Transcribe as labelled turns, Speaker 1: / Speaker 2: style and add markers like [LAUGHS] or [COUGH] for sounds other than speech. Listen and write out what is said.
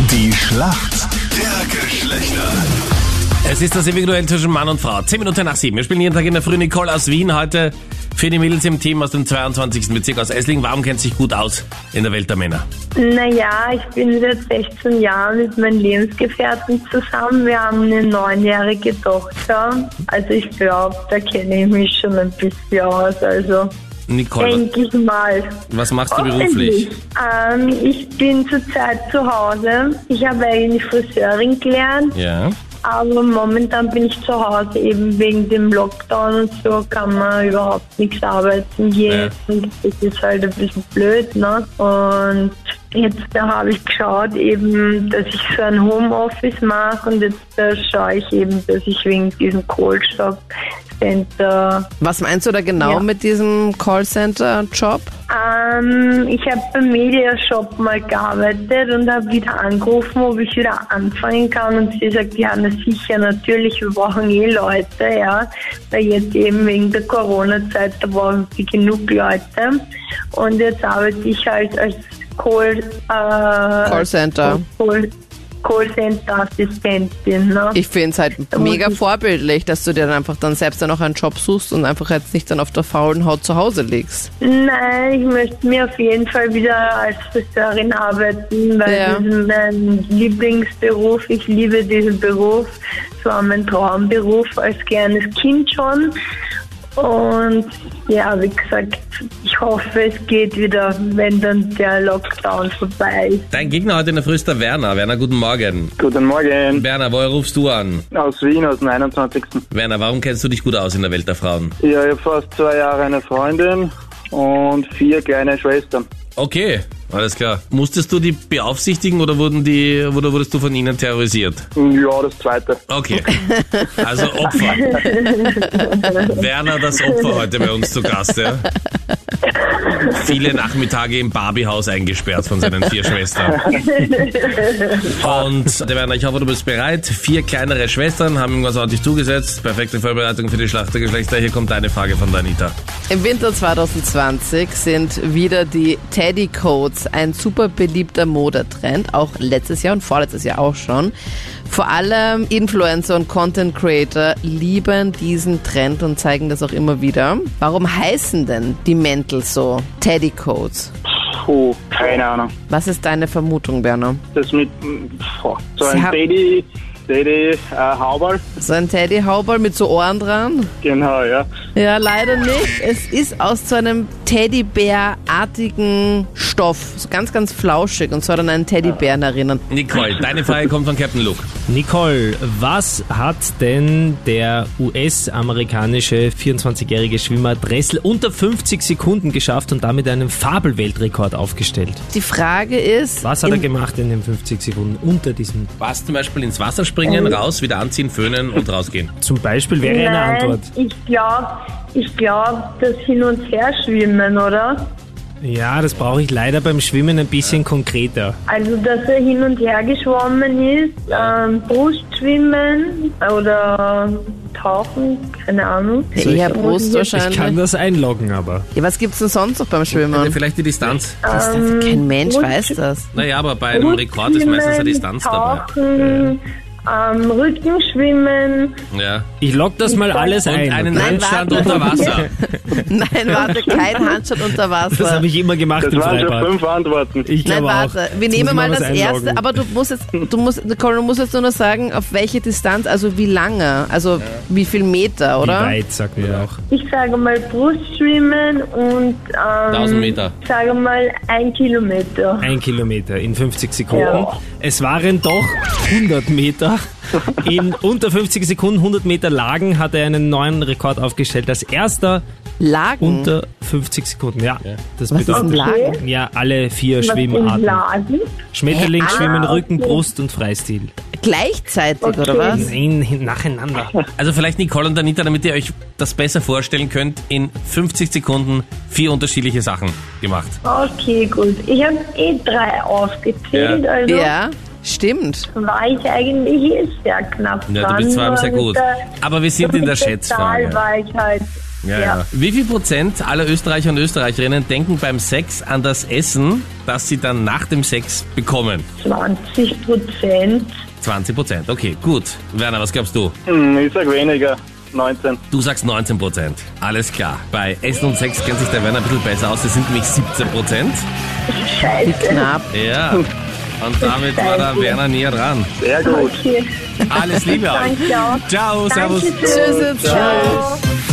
Speaker 1: Die Schlacht der Geschlechter.
Speaker 2: Es ist das ewige Duell zwischen Mann und Frau. Zehn Minuten nach sieben. Wir spielen jeden Tag in der Früh Nicole aus Wien. Heute für die Mädels im Team aus dem 22. Bezirk aus Esslingen. Warum kennt sich gut aus in der Welt der Männer?
Speaker 3: Naja, ich bin seit 16 Jahren mit meinem Lebensgefährten zusammen. Wir haben eine neunjährige Tochter. Also ich glaube, da kenne ich mich schon ein bisschen aus. Also
Speaker 2: Nicole,
Speaker 3: denke ich mal.
Speaker 2: was machst du beruflich?
Speaker 3: Ähm, ich bin zurzeit zu Hause. Ich habe eigentlich Friseurin gelernt,
Speaker 2: Ja.
Speaker 3: aber Also momentan bin ich zu Hause. Eben wegen dem Lockdown und so kann man überhaupt nichts arbeiten gehen. Das ist halt ein bisschen blöd, ne? Und jetzt da habe ich geschaut eben, dass ich so ein Homeoffice mache und jetzt da schaue ich eben, dass ich wegen diesem Kohlstock Center
Speaker 4: Was meinst du da genau
Speaker 3: Ja.
Speaker 4: mit diesem Callcenter-Job?
Speaker 3: Ähm, ich habe beim Mediashop mal gearbeitet und habe wieder angerufen, ob ich wieder anfangen kann. Und sie sagt, ja, na sicher, natürlich, wir brauchen eh Leute, ja. Weil jetzt eben wegen der Corona-Zeit, da brauchen wir genug Leute. Und jetzt arbeite ich halt als Call, äh,
Speaker 4: Callcenter.
Speaker 3: Call, Callcenter-Assistentin, ne?
Speaker 4: Ich finde es halt
Speaker 3: muss
Speaker 4: mega
Speaker 3: ich-
Speaker 4: vorbildlich, dass du dir dann einfach dann selbst dann auch einen Job suchst und einfach jetzt nicht dann auf der faulen Haut zu Hause liegst.
Speaker 3: Nein, ich möchte mir auf jeden Fall wieder als Friseurin arbeiten, weil
Speaker 4: Ja.
Speaker 3: das ist mein Lieblingsberuf. Ich liebe diesen Beruf. Es war mein Traumberuf als kleines Kind schon. Und ja, wie gesagt, ich hoffe, es geht wieder, wenn dann der Lockdown vorbei ist.
Speaker 2: Dein Gegner heute in der Früh ist der Werner. Werner, guten Morgen.
Speaker 5: Guten Morgen,
Speaker 2: Werner, woher rufst du an?
Speaker 5: aus Wien, aus dem 21.
Speaker 2: Werner, warum kennst du dich gut aus in der Welt der Frauen?
Speaker 5: Ja, ich habe fast zwei Jahre eine Freundin und vier kleine Schwestern.
Speaker 2: Okay, alles klar. Musstest du die beaufsichtigen oder, wurden die, oder wurdest du von ihnen terrorisiert?
Speaker 5: Ja, das zweite.
Speaker 2: Okay. Also Opfer. Werner, das Opfer heute bei uns zu Gast, ja. Viele Nachmittage im Barbiehaus eingesperrt von seinen vier Schwestern.
Speaker 3: [LAUGHS]
Speaker 2: Und der Werner, ich hoffe, du bist bereit. Vier kleinere Schwestern haben ihm was ordentlich zugesetzt. Perfekte Vorbereitung für die Schlacht der Geschlechter. Hier kommt eine Frage von Danita.
Speaker 4: Im Winter 2020 sind wieder die Teddy Coats ein super beliebter Modetrend, auch letztes Jahr und vorletztes Jahr auch schon. Vor allem Influencer und Content Creator lieben diesen Trend und zeigen das auch immer wieder. Warum heißen denn die Mäntel so Teddy Coats?
Speaker 5: Puh, keine Ahnung.
Speaker 4: Was ist deine Vermutung, Berner?
Speaker 5: Das mit mm, boah, so
Speaker 4: Sie
Speaker 5: ein
Speaker 4: haben-
Speaker 5: Teddy, Teddy äh, Hauberl.
Speaker 4: So ein Teddy Haubal mit so Ohren dran?
Speaker 5: Genau, ja.
Speaker 4: Ja, leider nicht. Es ist aus so einem Teddybär-artigen Stoff. So ganz, ganz flauschig und soll an einen Teddybären erinnern.
Speaker 2: Nicole, deine Frage kommt von Captain Luke.
Speaker 6: Nicole, was hat denn der US-amerikanische 24-jährige Schwimmer Dressel unter 50 Sekunden geschafft und damit einen Fabelweltrekord aufgestellt?
Speaker 4: Die Frage ist,
Speaker 6: Was hat er
Speaker 4: in,
Speaker 6: gemacht in den 50 Sekunden unter diesem?
Speaker 2: Was zum Beispiel ins Wasser springen, raus, wieder anziehen, föhnen und rausgehen.
Speaker 6: Zum Beispiel wäre eine
Speaker 3: Nein,
Speaker 6: Antwort.
Speaker 3: ich glaube, ich glaube, das Hin- und Her-Schwimmen, oder?
Speaker 6: Ja, das brauche ich leider beim Schwimmen ein bisschen konkreter.
Speaker 3: Also, dass er hin und her geschwommen ist, ähm, Brustschwimmen oder Tauchen, keine Ahnung.
Speaker 4: eher Brust
Speaker 6: Ich kann
Speaker 4: wahrscheinlich.
Speaker 6: das einloggen, aber
Speaker 4: Ja, was gibt's denn sonst noch beim
Speaker 6: Äh,
Speaker 4: Schwimmen? Ähm,
Speaker 2: Vielleicht die Distanz.
Speaker 4: Das, das, kein Mensch weiß das.
Speaker 2: Naja, aber bei einem Rekord ist meistens eine Distanz dabei.
Speaker 3: Tauchen, ähm, Rückenschwimmen.
Speaker 2: Ja.
Speaker 6: ich log das mal alles
Speaker 2: Und
Speaker 6: ein.
Speaker 2: einen
Speaker 6: okay?
Speaker 2: Handstand
Speaker 4: warte.
Speaker 2: unter [LAUGHS] Wasser.
Speaker 4: [LAUGHS] Nein, warte, kein Handstand unter
Speaker 6: Das
Speaker 4: Wasser.
Speaker 6: habe ich immer gemacht
Speaker 5: Das
Speaker 6: im
Speaker 5: waren schon
Speaker 6: Freibad.
Speaker 5: fünf Antworten.
Speaker 6: Ich
Speaker 4: Nein,
Speaker 6: glaube
Speaker 4: warte.
Speaker 6: auch.
Speaker 4: Wir
Speaker 6: Jetzt muss
Speaker 4: nehmen
Speaker 6: ich
Speaker 4: mal
Speaker 6: was
Speaker 4: das
Speaker 6: einloggen.
Speaker 4: erste, aber du musst jetzt, du musst, Nicole, du musst jetzt nur noch sagen, auf welche Distanz, also wie lange, also wie viel Meter,
Speaker 6: Wie
Speaker 4: oder?
Speaker 6: weit, sagt man auch.
Speaker 3: Ich sage mal Brustschwimmen und. Ähm,
Speaker 2: 1000 Meter.
Speaker 3: Ich sage mal ein Kilometer.
Speaker 6: Ein Kilometer in 50 Sekunden.
Speaker 3: Ja.
Speaker 6: Es waren doch 100 Meter. In unter 50 Sekunden, 100 Meter Lagen hat er einen neuen Rekord aufgestellt. Als erster
Speaker 4: Lagen.
Speaker 6: unter 50 Sekunden. Ja, das
Speaker 4: Was ist
Speaker 6: bedeutet
Speaker 4: ein Lagen?
Speaker 6: ja alle vier
Speaker 3: Was sind
Speaker 6: Schwimmarten.
Speaker 3: Lagen?
Speaker 6: Schmetterling,
Speaker 4: Ah,
Speaker 6: Schwimmen, Rücken,
Speaker 3: okay.
Speaker 6: Brust und Freistil.
Speaker 4: Gleichzeitig, oder
Speaker 3: Okay.
Speaker 4: was?
Speaker 6: Nein, hin- nacheinander.
Speaker 2: Also vielleicht Nicole und Anita, damit ihr euch das besser vorstellen könnt, in 50 Sekunden vier unterschiedliche Sachen gemacht.
Speaker 3: Okay, gut. Ich habe eh drei aufgezählt,
Speaker 2: Ja.
Speaker 3: also
Speaker 4: Ja, stimmt.
Speaker 3: war ich eigentlich eh sehr knapp
Speaker 2: Ja,
Speaker 3: dran.
Speaker 2: du bist zwar
Speaker 3: nur
Speaker 2: sehr
Speaker 3: mit
Speaker 2: gut.
Speaker 3: der-
Speaker 2: Aber wir sind
Speaker 3: mit
Speaker 2: in der
Speaker 3: Zahl
Speaker 2: Schätzfrage.
Speaker 3: war ich halt
Speaker 2: Ja, ja. Wie viel Prozent aller Österreicher und Österreicherinnen denken beim Sex an das Essen, das sie dann nach dem Sex bekommen?
Speaker 3: 20 Prozent.
Speaker 2: 20 Prozent, okay, gut. Werner, was glaubst du?
Speaker 5: Hm, ich sag weniger. 19.
Speaker 2: Du sagst 19 Prozent. Alles klar. Bei Essen und Sex kennt sich der Werner ein bisschen besser aus. Das sind nämlich 17 Prozent.
Speaker 3: Scheiße.
Speaker 4: Knapp.
Speaker 2: Ja. Und damit war der Werner näher dran.
Speaker 5: Sehr gut.
Speaker 3: Okay.
Speaker 2: Alles Liebe euch.
Speaker 3: Danke auch.
Speaker 2: Ciao, servus.
Speaker 3: Danke,
Speaker 4: Tschüss. Ciao.
Speaker 3: Ciao.